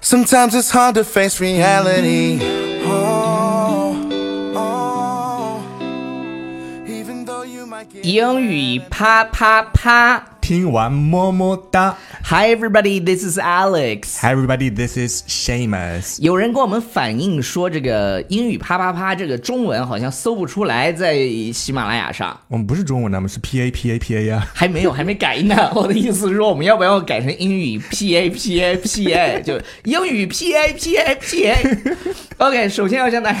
Sometimes it's hard to face reality. Mm-hmm. Oh, oh, even though you might get 英语啪啪啪听完么么哒！Hi everybody, this is Alex。 ，Hi everybody, this is Shamus。有人跟我们反映说，这个英语啪啪啪这个中文好像搜不出来，在喜马拉雅上我们不是中文的，我们是 P A P A P A 啊呀。还没有，还没改呢。 我的意思是说，我们要不要改成英语 P A P A P A？就英语 P A P A P A。OK，首先要向大家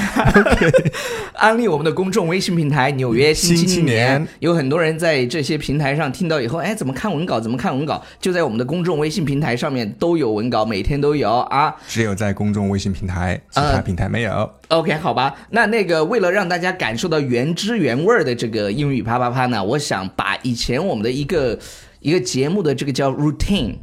安利我们的公众微信平台《纽约新新青青年年》。有很多人在这些平台上听到以后，哎，怎么看文稿？怎么看文稿？就在我们的公众微信平台上面都有文稿，每天都有啊。只有在公众微信平台，其他呃平台没有。 OK，好吧，那那个为了让大家感受到原汁原味儿的这个英语啪啪啪呢，我想把以前我们的一个一个节目的这个叫 routine。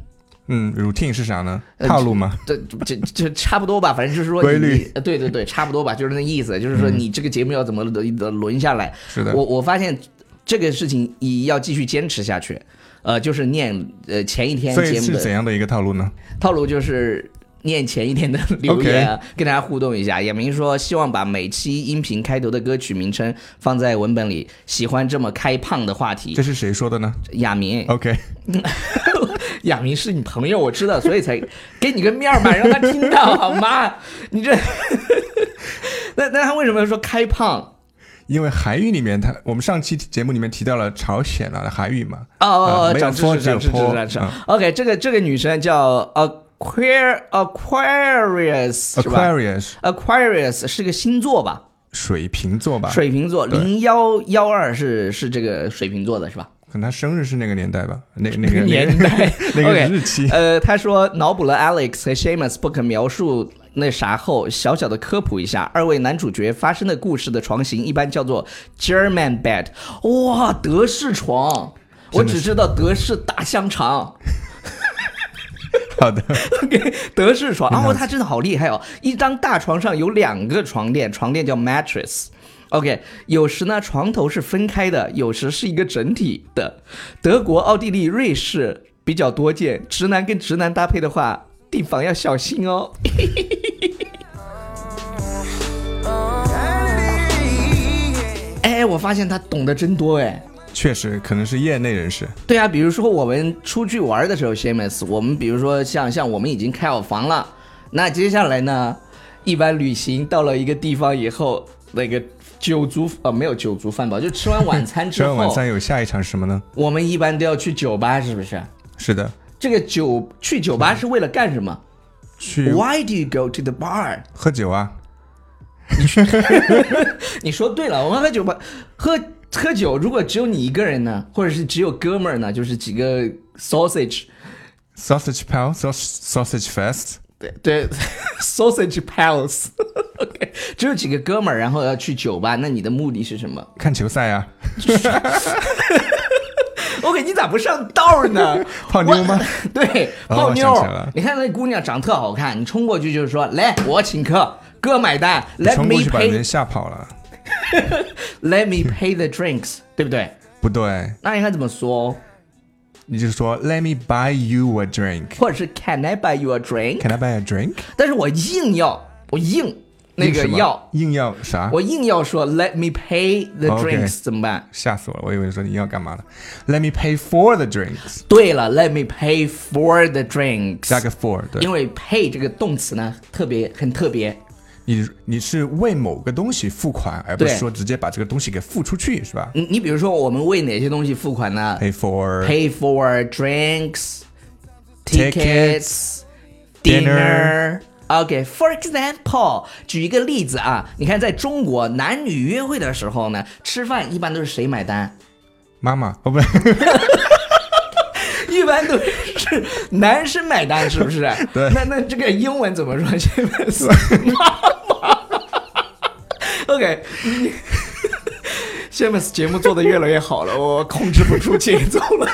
嗯，routine 是啥呢？呃套路吗？这这这差不多吧，反正就是说规你律，呃对对对，差不多吧，就是那意思，就是说你这个节目要怎么轮轮下来。是的我我发现这个事情你要继续坚持下去，呃，就是念呃前一天所节以目是的怎样的一个套路呢？套路就是念前一天的留言啊跟大家互动一下。亚明说希望把每期音频开头的歌曲名称放在文本里，喜欢这么开胖的话题这。是谁说的呢亚明， ？OK，亚明是你朋友，我知道，所以才给你个面儿嘛，让他听到好吗？ 你这， 那那他为什么说开胖？因为韩语里面它，我们上期节目里面提到了朝鲜啊，韩语嘛。哦哦啊哦，没有长知坡识，只有长知识，坡。长知识嗯。 OK，这个这个女生叫 Aquar Aquarius 是吧 Aquarius， ？Aquarius 是个星座吧？水瓶座吧？水瓶座啊对零幺幺二是是这个水瓶座的是吧？可能他生日是那个年代吧？那 那个年代 那个 OK 日期。呃，他说脑补了 Alex 和 Shamus 不可描述那啥后，小小的科普一下，二位男主角发生的故事的床型一般叫做 German bed，哇，德式床，我真的是只知道德式大香肠。好的， OK，德式床，哦，他真的好厉害哦！一张大床上有两个床垫，床垫叫 mattress。OK，有时呢床头是分开的，有时是一个整体的。德国、奥地利、瑞士比较多见。直男跟直男搭配的话，订房要小心哦。哎，我发现他懂得真多哎。确实可能是业内人士。对啊，比如说我们出去玩的时候，Shamus，我们比如说像像我们已经开好房了，那接下来呢，一般旅行到了一个地方以后，那个酒足呃没有酒足饭饱，就吃完晚餐之 吃后，完晚餐有下一场什么呢？我们一般都要去酒吧，是不是？是的，这个酒去酒吧是为了干什么去？Why do you go to the bar？喝酒啊。你说对了，我们喝酒吧，喝喝酒，如果只有你一个人呢，或者是只有哥们儿呢，就是几个 sausage， Sausage Pal, Saus- Sausage Fest，对对 ，sausage pals。OK，只有几个哥们儿，然后要去酒吧，那你的目的是什么看球赛啊， ？OK，你咋不上道 呢？泡妞吗？我？ 对，哦泡妞我想起来了。你看那姑娘长特好看，你冲过去就是说，来，我请客，哥买单，Let 冲 me 过去把 pay，Let 人吓跑了。 me pay the drinks，对 不对？不对，那应该怎么说？你就说 Let me buy you a drink. 或者是 Can I buy you a drink？ Can I buy a drink? 但是我硬要，我硬那个硬什么要，硬要啥？我硬要说 Let me pay the OK drinks，怎么办？吓死我了！我以为说你要干嘛了。Let me pay for the drinks. 对了，Let me pay for the drinks。加个 for，对因，为 pay 这个动词呢，特别很特别。你你是为某个东西付款，而不对是说直接把这个东西给付出去，是吧你你比如说，我们为哪些东西付款呢？Pay for ？Pay for drinks, Tickets, tickets, dinner. dinner OK, for example，举一个例子啊，你看在中国男女约会的时候呢，吃饭一般都是谁买单？妈妈 哦不，一般都是男生买单，是不是？对那那这个英文怎么说？这个是妈妈。OK，你 Shamus 节目做的越来越好了，我控制不住节奏了。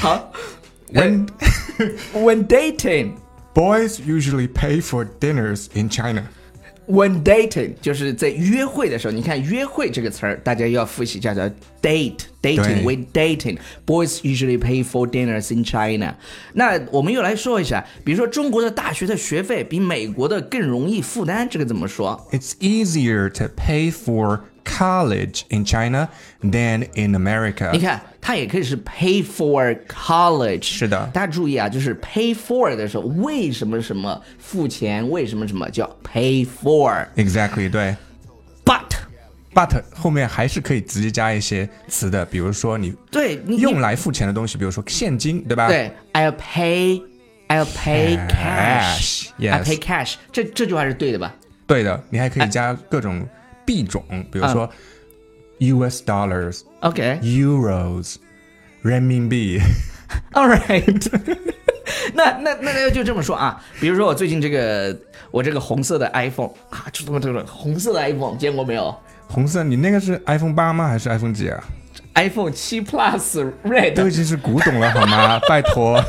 好 When ，When dating， boys usually pay for dinners in China. When dating 就是在约会的时候，你看“约会”这个词儿，大家要复习一下，叫 date dating 对 with dating。Boys usually pay for dinners in China。那我们又来说一下，比如说中国的大学的学费比美国的更容易负担，这个怎么说？ It's easier to pay for college in China than in 你 America. 看，它也可以是 pay for college。是的大家注意啊，就是 pay for 的时候，为什么什么付钱，为什么什么叫 pay for？But Exactly，对。But 后面还是可以直接加一些词的，比如说你对你用来付钱的东西，比如说现金，对吧？对，I'll pay。I'll pay cash. Cash, I yes. pay cash. 这这句话是对的吧？对的，你还可以加各种币种，比如嗯说 U.S. dollars、 OK， euros、人民币。 All right 那。那那那就这么说啊，比如说我最近这个我这个红色的 iPhone 啊，就这么这个红色的 iPhone 见过没有 红色，你那个是 iPhone 八吗？还是 iPhone 几啊？ ？iPhone 七 Plus 都已 Red，经是古董了好吗？拜托。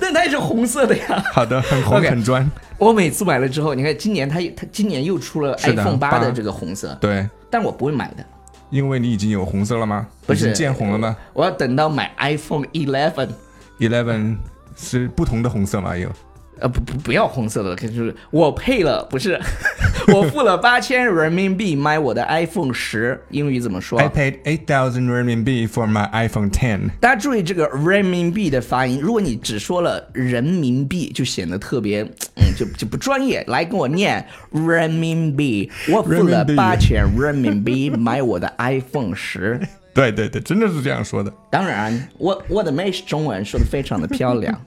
那它也是红色的呀。好的，很红 OK 很专。我每次买了之后，你看今年它也它今年又出了是的 iPhone 八的八这个红色，对，但我不会买的，因为你已经有红色了吗？不已是经见红了吗我要等到买 iPhone Eleven。 ？Eleven 是不同的红色吗？有。呃，不不不要红色的了，可能就是我配了，不是， 我付了八千人民币买我的 iPhone 十，英语怎么说啊 I paid eight thousand RMB for my iPhone ten。大家注意这个人民币的发音，如果你只说了人民币，就显得特别，嗯，就就不专业。来跟我念人民币，我付了人民币八千人民币买我的 iPhone 十。对对对，真的是这样说的。当然，我我的妹是中文说的非常的漂亮。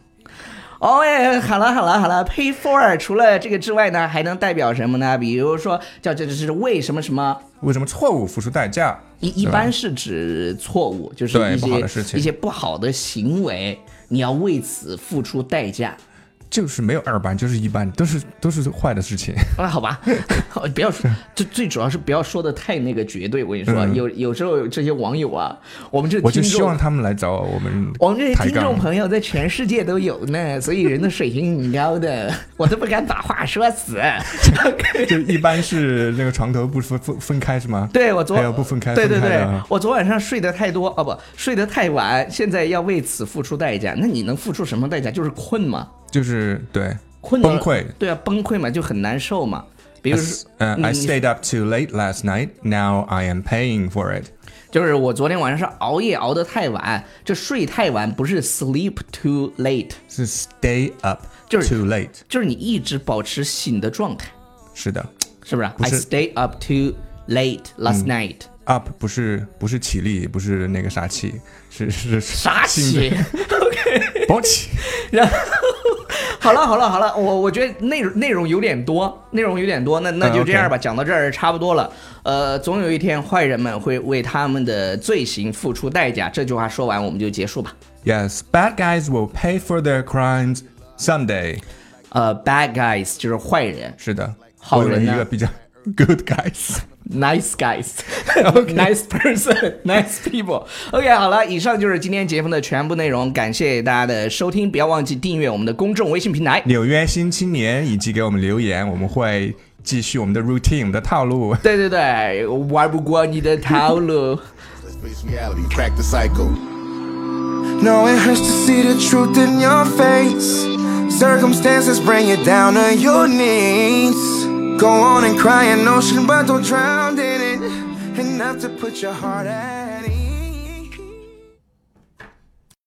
哦耶，好了好了好了，Pay for 除了这个之外呢，还能代表什么呢？比如说叫这就是为什么什么。为什么错误付出代价？一一对吧般是指错误，就是对一不好的些事情一些不好的行为，你要为此付出代价。就是没有二班，就是一班，都是都是坏的 事情。啊，好 吧，不要说，最最主要是不要说的太那个绝对。我跟你说，有有时候有这些网友啊，我们这嗯我听就希众望，他们来找我们我们这些抬听众杠。朋友在全世界都有呢，所以人的水平挺高的， 我都不敢把话说死。 就一般是那个床头不分分分开是吗？对我昨还有哎不分开，对对分对开的啊，我昨晚上睡得太多哦不，睡得太晚，现在要为此付出代价。那你能付出什么代价？就是困嘛，就是对。困了崩溃对啊，崩溃嘛，就很难受嘛。比如说，呃、i 你 stayed up too late last night. Now I am paying for it. 就是我昨天晚上是熬夜熬得太晚，这睡太晚不是 sleep too late，是 stay up 就是 too late。就是你一直保持醒的状态，是的是不是不 i 是 stay up too late last night，、 ，up 不是不是起立，不是那个啥气，是是是啥醒戏？着勃起。然后 好了好了好了，我我觉得内容内容有点多，内容有点多，那那嗯就这样 OK 吧，讲到这儿差不多了。呃，总有一天坏人们会为他们的罪行付出代价。这句话说完，我们就结束吧。 Yes, bad guys will pay for their crimes someday. 呃，bad guys 就是坏人是的，好我有人啊一呢个比较 good guys。 ，nice guys，nice person，nice people。OK，好了，以上就是今天节目的全部内容，感谢大家的收听，不要忘记订阅我们的公众微信平台。纽约新青年以及给我们留言，我们会继续我们的 routine，我们的套路。对对对，玩不过你的套路。 Let's face reality, crack the cycle. No, it hurts to see the truth in your face. Circumstances bring you down to your knees. Go on and cry an ocean, but don't drown in it. Enough to put your heart at